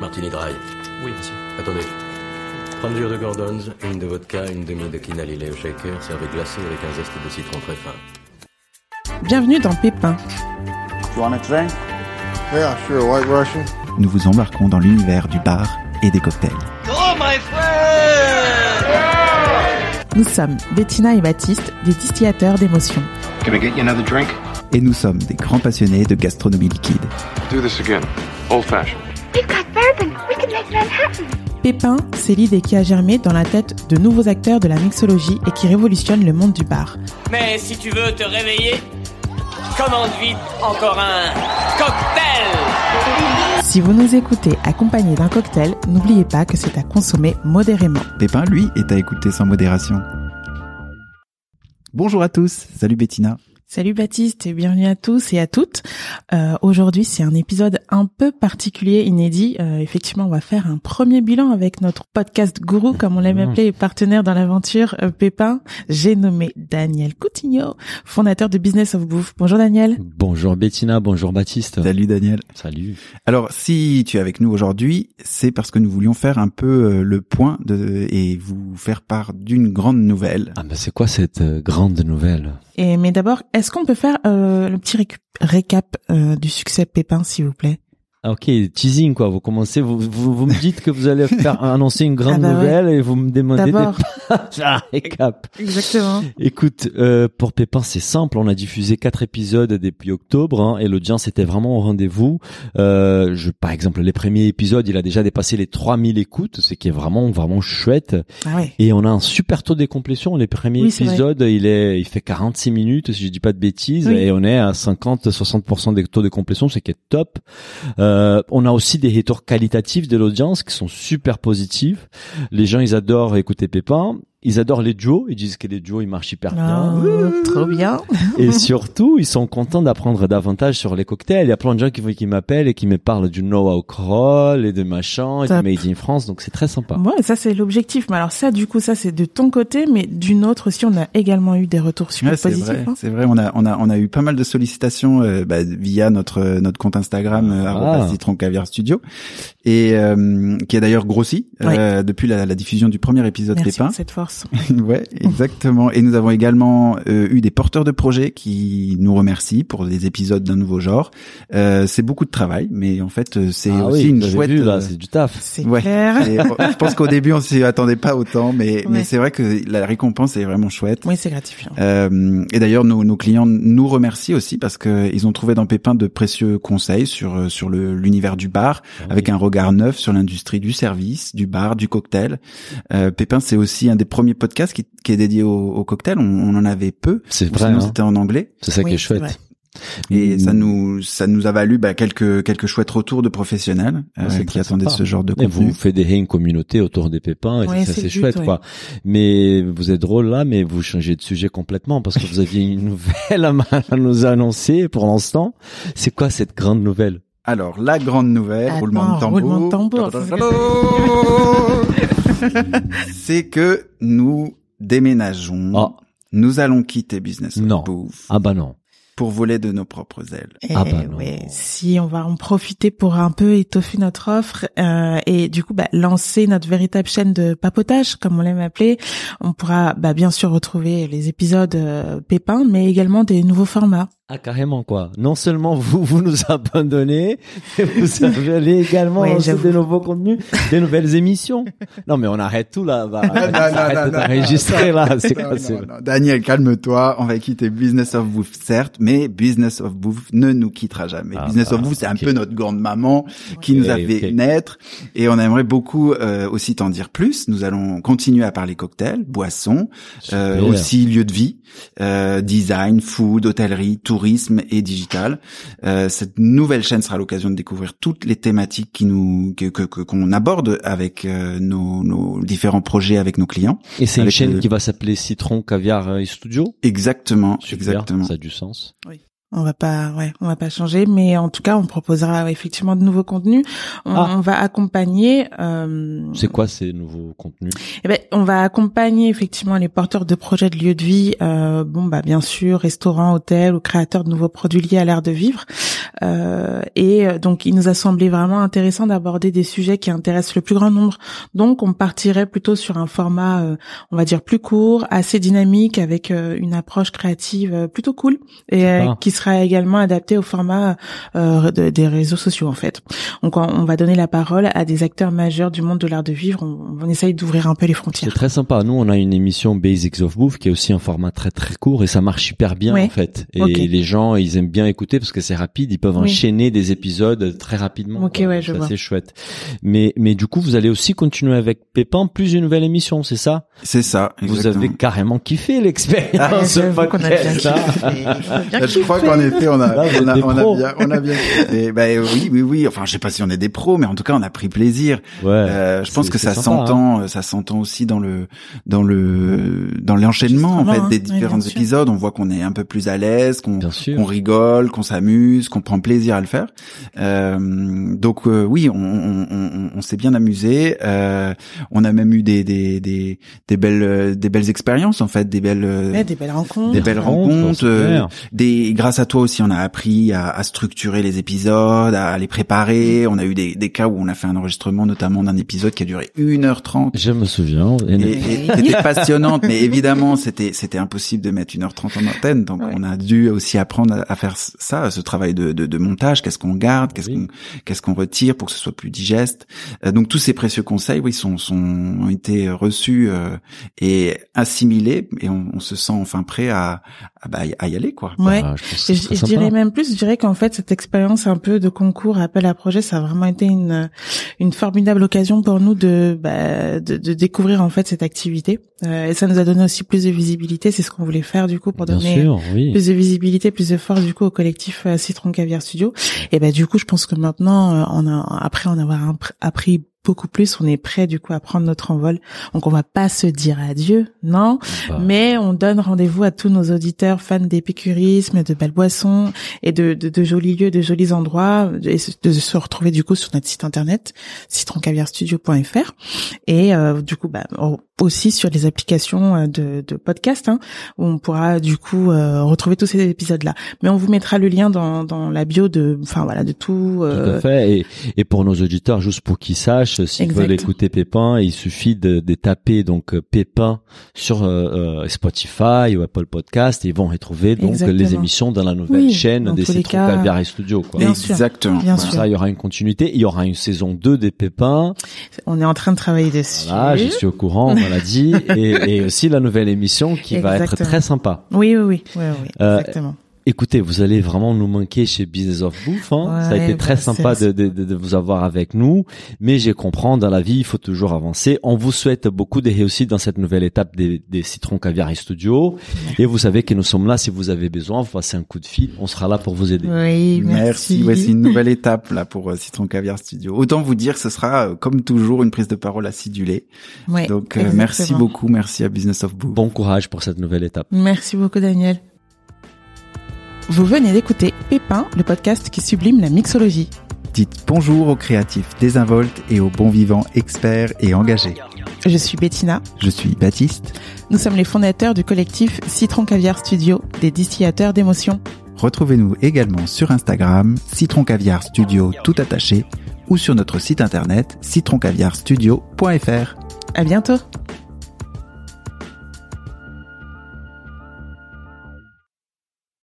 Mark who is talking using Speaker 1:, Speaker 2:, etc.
Speaker 1: Martini Dry.
Speaker 2: Oui, monsieur.
Speaker 1: Attendez. 30 dures de Gordon's, une de vodka, une demi de quinalilé au shaker, servée glacée avec un zeste de citron très fin.
Speaker 3: Bienvenue dans Pépin.
Speaker 4: You want it today? Yeah, sure, White Russian.
Speaker 5: nous vous embarquons dans l'univers du bar et des cocktails.
Speaker 3: Nous sommes Bettina et Baptiste, des distillateurs d'émotions.
Speaker 6: Can I get you another drink?
Speaker 5: Et nous sommes des grands passionnés de gastronomie liquide.
Speaker 7: Do this again. Old fashioned.
Speaker 8: We've got bourbon. We can make Manhattan.
Speaker 3: Pépin, c'est l'idée qui a germé dans la tête de nouveaux acteurs de la mixologie et qui révolutionne le monde du bar.
Speaker 9: Mais si tu veux te réveiller, commande vite encore un cocktail.
Speaker 3: Si vous nous écoutez accompagné d'un cocktail, n'oubliez pas que c'est à consommer modérément.
Speaker 5: Pépin, lui, est à écouter sans modération. Bonjour à tous, salut Bettina.
Speaker 3: Salut Baptiste et bienvenue à tous et à toutes. Euh, Aujourd'hui c'est un épisode un peu particulier, inédit. Euh, effectivement on va faire un premier bilan avec notre podcast gourou comme on l'aime appeler et partenaire dans l'aventure euh, Pépin. J'ai nommé Daniel Coutinho, fondateur de Business of Bouffe. Bonjour Daniel.
Speaker 10: Bonjour Bettina, bonjour Baptiste.
Speaker 5: Salut Daniel.
Speaker 10: Salut.
Speaker 5: Alors si tu es avec nous aujourd'hui, c'est parce que nous voulions faire un peu euh, le point de, et vous faire part d'une grande nouvelle.
Speaker 10: Ah ben c'est quoi cette euh, grande nouvelle
Speaker 3: Et mais d'abord est-ce qu'on peut faire euh, le petit récu- récap euh, du succès Pépin s'il vous plaît
Speaker 10: Ah, Ok, teasing quoi. Vous commencez, vous, vous, vous me dites que vous allez faire annoncer une grande
Speaker 3: Ah bah ouais.
Speaker 10: nouvelle et vous me demandez des
Speaker 3: D'abord.
Speaker 10: Ah, récap.
Speaker 3: Exactement.
Speaker 10: Écoute, euh, pour Pépin, c'est simple. On a diffusé quatre épisodes depuis octobre hein, et l'audience était vraiment au rendez-vous. Euh, je, par exemple, les premiers épisodes, il a déjà dépassé les 3000 écoutes, ce qui est vraiment vraiment chouette.
Speaker 3: Ah ouais.
Speaker 10: Et on a un super taux de décomplétion. Les premiers
Speaker 3: Oui, c'est vrai.
Speaker 10: épisodes, il est, il fait 46 minutes, si je dis pas de bêtises,
Speaker 3: Oui.
Speaker 10: et on est à 50-60% des taux de complétion, ce qui est top. Euh, on a aussi des retours qualitatifs de l'audience qui sont super positifs. Les gens, ils adorent écouter Pépin. Ils adorent les duos. Ils disent que les duos, ils marchent hyper bien.
Speaker 3: Oh, trop bien.
Speaker 10: Et surtout, ils sont contents d'apprendre davantage sur les cocktails. Il y a plein de gens qui, qui m'appellent et qui me parlent du no alcohol et de machin et
Speaker 3: Top.
Speaker 10: du made in France. Donc c'est très sympa.
Speaker 3: Ouais, ça c'est l'objectif. Mais alors ça, du coup, ça c'est de ton côté, mais d'une autre aussi, on a également eu des retours super
Speaker 5: Ouais, c'est
Speaker 3: positifs.
Speaker 5: vrai,
Speaker 3: hein.
Speaker 5: c'est vrai. On a, on a, on a eu pas mal de sollicitations euh, bah, via notre euh, notre compte Instagram euh,
Speaker 10: Ah.
Speaker 5: arobase Citron Caviar Studio et euh, qui a d'ailleurs grossi euh, depuis la, la diffusion du premier épisode
Speaker 3: Merci
Speaker 5: Pépin.
Speaker 3: pour cette force.
Speaker 5: ouais, exactement. Et nous avons également euh, eu des porteurs de projets qui nous remercient pour des épisodes d'un nouveau genre. Euh, c'est beaucoup de travail, mais en fait, euh, c'est
Speaker 10: Ah
Speaker 5: aussi
Speaker 10: oui,
Speaker 5: une
Speaker 10: vous avez
Speaker 5: chouette.
Speaker 10: vu, là,
Speaker 5: euh,
Speaker 10: c'est du taf.
Speaker 3: C'est
Speaker 5: Ouais.
Speaker 3: clair.
Speaker 5: et, euh, je pense qu'au début, on s'y attendait pas autant, mais
Speaker 3: Ouais.
Speaker 5: mais c'est vrai que la récompense est vraiment chouette.
Speaker 3: Oui, c'est gratifiant.
Speaker 5: Euh, et d'ailleurs, nos, nos clients nous remercient aussi parce que ils ont trouvé dans Pépin de précieux conseils sur euh, sur le l'univers du bar, avec un regard neuf sur l'industrie du service, du bar, du cocktail. Euh, Pépin, c'est aussi un des premiers podcasts qui, qui est dédié au, au cocktail. On, on en avait peu,
Speaker 10: C'est vrai.
Speaker 5: sinon
Speaker 10: hein.
Speaker 5: c'était en anglais,
Speaker 10: C'est ça
Speaker 3: Oui,
Speaker 10: qui est
Speaker 3: c'est
Speaker 10: chouette.
Speaker 3: vrai.
Speaker 5: et
Speaker 10: Mm.
Speaker 5: ça nous ça nous a valu bah, quelques quelques chouettes retours de professionnels
Speaker 10: Ouais,
Speaker 5: euh,
Speaker 10: c'est
Speaker 5: qui
Speaker 10: très
Speaker 5: attendaient
Speaker 10: sympa.
Speaker 5: ce genre de
Speaker 10: Et vous
Speaker 5: contenu.
Speaker 10: fédérez une communauté autour des pépins, et
Speaker 3: Ouais,
Speaker 10: ça
Speaker 3: c'est le
Speaker 10: c'est
Speaker 3: but,
Speaker 10: chouette
Speaker 3: ouais.
Speaker 10: quoi. Mais vous êtes drôle là, mais vous changez de sujet complètement parce que vous aviez une nouvelle à ma- à nous annoncer pour l'instant. C'est quoi cette grande nouvelle
Speaker 5: Alors la grande nouvelle,
Speaker 3: Attends,
Speaker 5: roulement de tambour.
Speaker 3: roulement de tambour, c'est ce que
Speaker 5: c'est que nous déménageons.
Speaker 10: Ah.
Speaker 5: Nous allons quitter Business of
Speaker 10: Non.
Speaker 5: Bouffe
Speaker 10: Ah bah non.
Speaker 5: pour voler de nos propres ailes.
Speaker 3: Et
Speaker 10: Ah bah non.
Speaker 3: ouais, si on va en profiter pour un peu étoffer notre offre euh, et du coup bah, lancer notre véritable chaîne de papotage, comme on l'aime appeler, on pourra bah, bien sûr retrouver les épisodes euh, Pépin, mais également des nouveaux formats.
Speaker 10: Ah carrément quoi. Non seulement vous vous nous abandonnez, mais vous allez également
Speaker 3: Ouais,
Speaker 10: lancer
Speaker 3: j'avoue.
Speaker 10: des nouveaux contenus, des nouvelles émissions. Non mais on arrête tout là. Bah,
Speaker 5: non, non,
Speaker 10: arrête
Speaker 5: non,
Speaker 10: d'enregistrer là. C'est
Speaker 5: Non,
Speaker 10: quoi c'est-
Speaker 5: non, non. Daniel, calme-toi. On va quitter Business of Bouffe, certes, mais Business of Bouffe ne nous quittera jamais.
Speaker 10: Ah,
Speaker 5: Business of
Speaker 10: ah,
Speaker 5: Bouffe, c'est un
Speaker 10: ok.
Speaker 5: peu notre grande maman qui nous a
Speaker 10: Ok,
Speaker 5: fait
Speaker 10: ok.
Speaker 5: naître et on aimerait beaucoup euh, aussi t'en dire plus. Nous allons continuer à parler cocktails, boissons, euh,
Speaker 10: Super.
Speaker 5: aussi lieu de vie, euh, design, food, hôtellerie, tourisme et digital. Euh, cette nouvelle chaîne sera l'occasion de découvrir toutes les thématiques qui nous que que- que- qu'on aborde avec euh, nos, nos différents projets avec nos clients.
Speaker 10: Et c'est une
Speaker 5: Avec
Speaker 10: chaîne
Speaker 5: le-
Speaker 10: qui va s'appeler Citron Caviar et euh, Studio.
Speaker 5: Exactement,
Speaker 10: Super,
Speaker 5: exactement.
Speaker 10: ça a du sens.
Speaker 3: On va pas, ouais, on va pas changer, mais en tout cas, on proposera ouais, effectivement de nouveaux contenus. On,
Speaker 10: Ah.
Speaker 3: on va accompagner. euh,
Speaker 10: C'est quoi ces nouveaux contenus
Speaker 3: eh ben, on va accompagner effectivement les porteurs de projets de lieux de vie, euh, bon bah bien sûr, restaurants, hôtels ou créateurs de nouveaux produits liés à l'art de vivre. Euh, et euh, donc, il nous a semblé vraiment intéressant d'aborder des sujets qui intéressent le plus grand nombre. Donc, on partirait plutôt sur un format, euh, on va dire plus court, assez dynamique, avec euh, une approche créative euh, plutôt cool et euh,
Speaker 10: Sympa.
Speaker 3: qui sera également adaptée au format euh, de- des réseaux sociaux en fait. Donc on, on va donner la parole à des acteurs majeurs du monde de l'art de vivre. On, on essaye d'ouvrir un peu les
Speaker 10: C'est
Speaker 3: frontières.
Speaker 10: très sympa. Nous, on a une émission Basics of Bouffe qui est aussi un format très très court et ça marche hyper bien
Speaker 3: Ouais.
Speaker 10: en fait. Et
Speaker 3: Ok.
Speaker 10: les gens, ils aiment bien écouter parce que c'est rapide. Ils peuvent
Speaker 3: Oui.
Speaker 10: enchaîner des épisodes très rapidement.
Speaker 3: Ok, ouais, je
Speaker 10: C'est
Speaker 3: vois.
Speaker 10: assez chouette. Mais mais du coup, vous allez aussi continuer avec Pépin plus une nouvelle émission, c'est ça
Speaker 5: C'est ça.
Speaker 10: Vous
Speaker 5: exactement.
Speaker 10: avez carrément kiffé
Speaker 3: Ah,
Speaker 10: l'expérience.
Speaker 3: j'avoue qu'on a bien
Speaker 10: podcast, hein.
Speaker 3: kiffé. Bien
Speaker 5: Bah, Je crois
Speaker 3: kiffé.
Speaker 5: qu'en effet, on a,
Speaker 10: Là, vous
Speaker 5: on a,
Speaker 10: êtes des
Speaker 5: on a
Speaker 10: pros.
Speaker 5: bien, on a bien. Et ben oui, oui, oui. Enfin, je sais pas si on est des pros, mais en tout cas, on a pris plaisir.
Speaker 10: Ouais.
Speaker 5: Euh, je pense
Speaker 10: c'est-
Speaker 5: que
Speaker 10: c'est
Speaker 5: ça
Speaker 10: sympa, hein.
Speaker 5: s'entend, euh, ça s'entend aussi dans le, dans le, dans l'enchaînement en fait
Speaker 3: Enregistrement, hein.
Speaker 5: des
Speaker 3: Oui,
Speaker 5: différents
Speaker 3: bien sûr.
Speaker 5: épisodes. On voit qu'on est un peu plus à l'aise, qu'on
Speaker 10: Bien sûr.
Speaker 5: qu'on rigole, qu'on s'amuse, qu'on prend plaisir à le faire. Euh, donc euh, oui, on, on, on, on s'est bien amusé. Euh, on a même eu des des des, des belles euh, des belles expériences en fait, des belles euh,
Speaker 3: Ouais, des belles rencontres.
Speaker 5: Des
Speaker 10: Ah,
Speaker 5: belles rencontres, euh, des grâce à toi aussi on a appris à, à structurer les épisodes à les préparer on a eu des, des cas où on a fait un enregistrement notamment d'un épisode qui a duré 1h30
Speaker 10: Je me souviens.
Speaker 5: et, et c'était passionnante mais évidemment c'était c'était impossible de mettre 1h30 en antenne donc
Speaker 3: Ouais.
Speaker 5: on a dû aussi apprendre à, à faire ça ce travail de, de, de montage qu'est-ce qu'on garde qu'est-ce
Speaker 10: Oui.
Speaker 5: qu'on qu'est-ce qu'on retire pour que ce soit plus digeste Euh, donc tous ces précieux conseils oui sont, sont ont été reçus euh, et assimilés et on, on se sent enfin prêt à à, bah, à y aller quoi
Speaker 3: Ouais.
Speaker 10: Ah, je pense que
Speaker 3: Et
Speaker 10: c'est
Speaker 3: je,
Speaker 10: très
Speaker 3: je dirais
Speaker 10: sympa.
Speaker 3: même plus, je dirais qu'en fait cette expérience un peu de concours, appel à projet, ça a vraiment été une une formidable occasion pour nous de bah, de, de découvrir en fait cette activité. Euh, et ça nous a donné aussi plus de visibilité. C'est ce qu'on voulait faire du coup pour
Speaker 10: Bien
Speaker 3: donner
Speaker 10: sûr, oui.
Speaker 3: plus de visibilité, plus de force du coup au collectif euh, Citron Caviar Studio. Et ben du coup, je pense que maintenant, euh, on a, après en avoir impr- appris beaucoup plus, on est prêt du coup à prendre notre envol. Donc on va pas se dire adieu, non,
Speaker 10: Bah.
Speaker 3: mais on donne rendez-vous à tous nos auditeurs fans d'épicurisme, de belles boissons et de, de, de jolis lieux, de jolis endroits, de, et se- de se retrouver du coup sur notre site internet citroncaviarstudio.fr et euh, du coup bah, au- aussi sur les applications euh, de, de podcast hein, où on pourra du coup euh, retrouver tous ces épisodes là. Mais on vous mettra le lien dans, dans la bio de enfin voilà de tout.
Speaker 10: Tout
Speaker 3: euh,
Speaker 10: à fait. Et, et pour nos auditeurs, juste pour qu'ils sachent, s'ils
Speaker 3: Exact.
Speaker 10: veulent écouter Pépin, il suffit de, de taper donc euh, Pépin sur euh, euh, Spotify ou Apple Podcast et ils vont retrouver donc
Speaker 3: Exactement.
Speaker 10: les émissions dans la nouvelle
Speaker 3: Oui,
Speaker 10: chaîne
Speaker 3: dans
Speaker 10: des
Speaker 3: tous les
Speaker 10: Citrons
Speaker 3: cas.
Speaker 10: Caviar et Studio. Quoi.
Speaker 3: Bien sûr.
Speaker 5: exactement
Speaker 3: Bien
Speaker 10: Comme
Speaker 3: sûr.
Speaker 10: ça, il y aura une continuité. Il y aura une saison 2 des Pépins.
Speaker 3: On est en train de travailler dessus.
Speaker 10: Voilà, je suis au courant, on me l'a dit. Et, et aussi la nouvelle émission qui va être
Speaker 3: Exactement.
Speaker 10: très sympa.
Speaker 3: Oui, oui, oui, oui, oui,
Speaker 10: Euh,
Speaker 3: exactement.
Speaker 10: Écoutez, vous allez vraiment nous manquer chez Business of Bouffe. Hein.
Speaker 3: Ouais,
Speaker 10: Ça a été
Speaker 3: bah,
Speaker 10: très
Speaker 3: c'est-
Speaker 10: sympa de, de, de- de vous avoir avec nous. Mais je comprends, dans la vie, il faut toujours avancer. On vous souhaite beaucoup de réussite dans cette nouvelle étape des, des Citrons Caviar et Studio. Et vous savez que nous sommes là si vous avez besoin. Vous passez un coup de fil, on sera là pour vous aider.
Speaker 3: Oui, merci.
Speaker 5: Merci. Ouais, c'est une nouvelle étape là pour euh, Citron Caviar Studio. Autant vous dire que ce sera euh, comme toujours une prise de parole acidulée.
Speaker 3: Ouais,
Speaker 5: Donc euh,
Speaker 3: exactement.
Speaker 5: merci beaucoup, merci à Business of Boo.
Speaker 10: Bon courage pour cette nouvelle étape.
Speaker 3: Merci beaucoup, Daniel. Vous venez d'écouter Pépin, le podcast qui sublime la mixologie.
Speaker 5: Dites bonjour aux créatifs désinvoltes et aux bons vivants experts et engagés.
Speaker 3: Je suis Bettina.
Speaker 5: Je suis Baptiste.
Speaker 3: Nous sommes les fondateurs du collectif Citron Caviar Studio, des distillateurs d'émotions.
Speaker 5: Retrouvez-nous également sur Instagram, Citron Caviar Studio tout attaché, ou sur notre site internet citroncaviarstudio.fr.
Speaker 3: À bientôt.